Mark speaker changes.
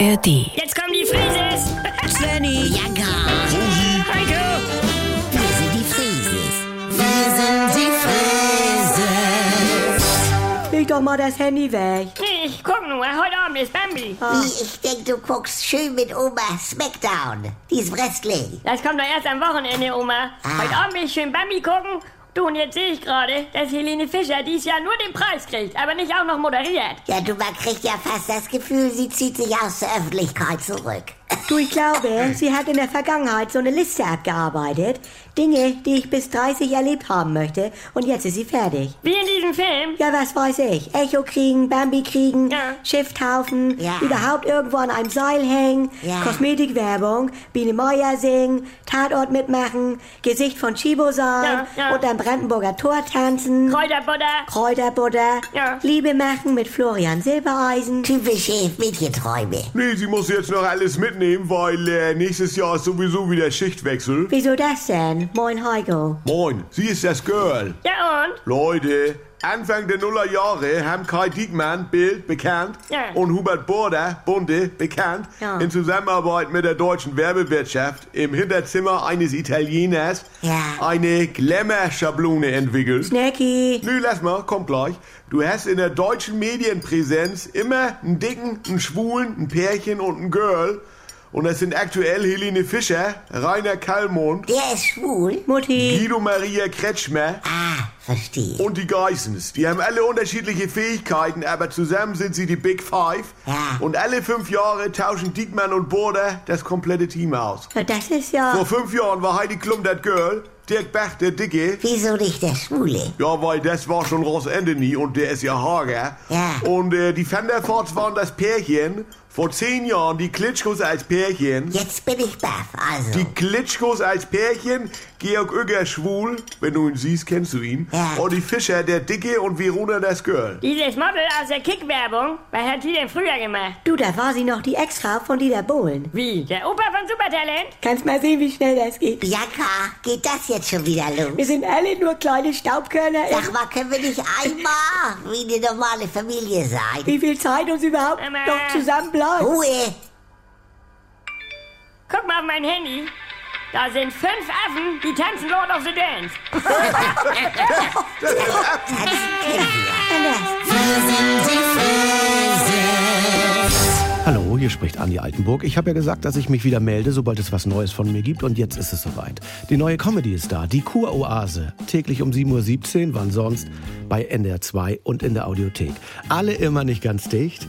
Speaker 1: ARD.
Speaker 2: Jetzt kommen die Frises!
Speaker 3: Svenny,
Speaker 4: Ja, gar.
Speaker 2: Heiko!
Speaker 4: Wir sind die Frieses. Wir sind die Frieses.
Speaker 3: leg doch mal das Handy weg.
Speaker 2: Ich Hm, guck nur, heute Abend ist Bambi.
Speaker 4: Wie ich denk, du guckst schön mit Oma Smackdown. Die ist wrestling.
Speaker 2: Das kommt doch erst am Wochenende, Oma. Heute Abend will ich schön Bambi gucken. Du, und jetzt sehe ich gerade, dass Helene Fischer dies Jahr nur den Preis kriegt, aber nicht auch noch moderiert.
Speaker 4: Ja, du, man kriegt ja fast das Gefühl, sie zieht sich aus der Öffentlichkeit zurück.
Speaker 3: Du, ich glaube, sie hat in der Vergangenheit so eine Liste abgearbeitet. Dinge, die ich bis 30 erlebt haben möchte. Und jetzt ist sie fertig.
Speaker 2: Wie in diesem Film.
Speaker 3: Ja, was weiß ich. Echo kriegen, Bambi kriegen,
Speaker 2: Ja.
Speaker 3: Schifthaufen,
Speaker 4: Ja.
Speaker 3: überhaupt irgendwo an einem Seil hängen,
Speaker 4: Ja.
Speaker 3: Kosmetikwerbung, Biene Meier singen, Tatort mitmachen, Gesicht von Chibo sein
Speaker 2: Ja, ja.
Speaker 3: und am Brandenburger Tor tanzen,
Speaker 2: Kräuterbutter.
Speaker 3: Kräuterbutter,
Speaker 2: Ja.
Speaker 3: Liebe machen mit Florian Silbereisen.
Speaker 4: Typische Mädchenträume.
Speaker 5: Nee, sie muss jetzt noch alles mitnehmen, weil äh, nächstes Jahr ist sowieso wieder Schichtwechsel.
Speaker 3: Wieso das denn? Moin Heiko.
Speaker 5: Moin, sie ist das Girl.
Speaker 2: Ja und?
Speaker 5: Leute, Anfang der Nullerjahre haben Kai Diekmann, Bild, bekannt,
Speaker 2: Ja.
Speaker 5: und Hubert Border, Bunde, bekannt,
Speaker 3: Ja.
Speaker 5: in Zusammenarbeit mit der deutschen Werbewirtschaft im Hinterzimmer eines Italieners
Speaker 4: Ja.
Speaker 5: eine Glamour-Schablone entwickelt.
Speaker 3: Necki.
Speaker 5: Nö, lass mal, kommt gleich. Du hast in der deutschen Medienpräsenz immer einen Dicken, einen Schwulen, ein Pärchen und ein Girl. Und das sind aktuell Helene Fischer, Rainer Kallmund,
Speaker 4: Der ist schwul.
Speaker 3: Mutti.
Speaker 5: Guido Maria Kretschmer
Speaker 4: Ah, verstehe.
Speaker 5: und die Geissens. Die haben alle unterschiedliche Fähigkeiten, aber zusammen sind sie die Big Five.
Speaker 4: Ja.
Speaker 5: Und alle fünf Jahre tauschen Diekmann und Border das komplette Team aus.
Speaker 3: Das ist ja.
Speaker 5: Vor fünf Jahren war Heidi Klum das Girl, Dirk Bach der Dicke,
Speaker 4: Wieso nicht der Schwule?
Speaker 5: Ja, weil das war schon Ross Anthony und der ist ja hager.
Speaker 4: Ja.
Speaker 5: Und äh, die Thunderfords waren das Pärchen. Vor zehn Jahren die Klitschkos als Pärchen.
Speaker 4: Jetzt bin ich baff, also.
Speaker 5: Die Klitschkos als Pärchen. Georg Oeger schwul. Wenn du ihn siehst, kennst du ihn.
Speaker 4: Ja.
Speaker 5: Und die Fischer, der Dicke und Verona, das Girl.
Speaker 2: Dieses Model aus der Kick-Werbung, was hat die denn früher gemacht?
Speaker 3: Du, da war sie noch die Ex-Frau von Dieter Bohlen.
Speaker 2: Wie? Der Opa von Supertalent?
Speaker 3: Kannst mal sehen, wie schnell das geht.
Speaker 4: Bianca, geht das jetzt schon wieder los?
Speaker 3: Wir sind alle nur kleine Staubkörner.
Speaker 4: Sag mal, können wir nicht einmal wie eine normale Familie sein?
Speaker 3: Wie viel Zeit uns überhaupt
Speaker 2: Mama.
Speaker 3: noch zusammen bleibt.
Speaker 4: Ruhe!
Speaker 2: Guck mal auf mein Handy. Da sind fünf Affen, die tanzen Lord of the Dance.
Speaker 4: Das kennen wir.
Speaker 6: Hallo, hier spricht Andi Altenburg. Ich habe ja gesagt, dass ich mich wieder melde, sobald es was Neues von mir gibt. Und jetzt ist es soweit. Die neue Comedy ist da, die Kuroase. Täglich um 7.17 Uhr, wann sonst? Bei NDR 2 und in der Audiothek. Alle immer nicht ganz dicht.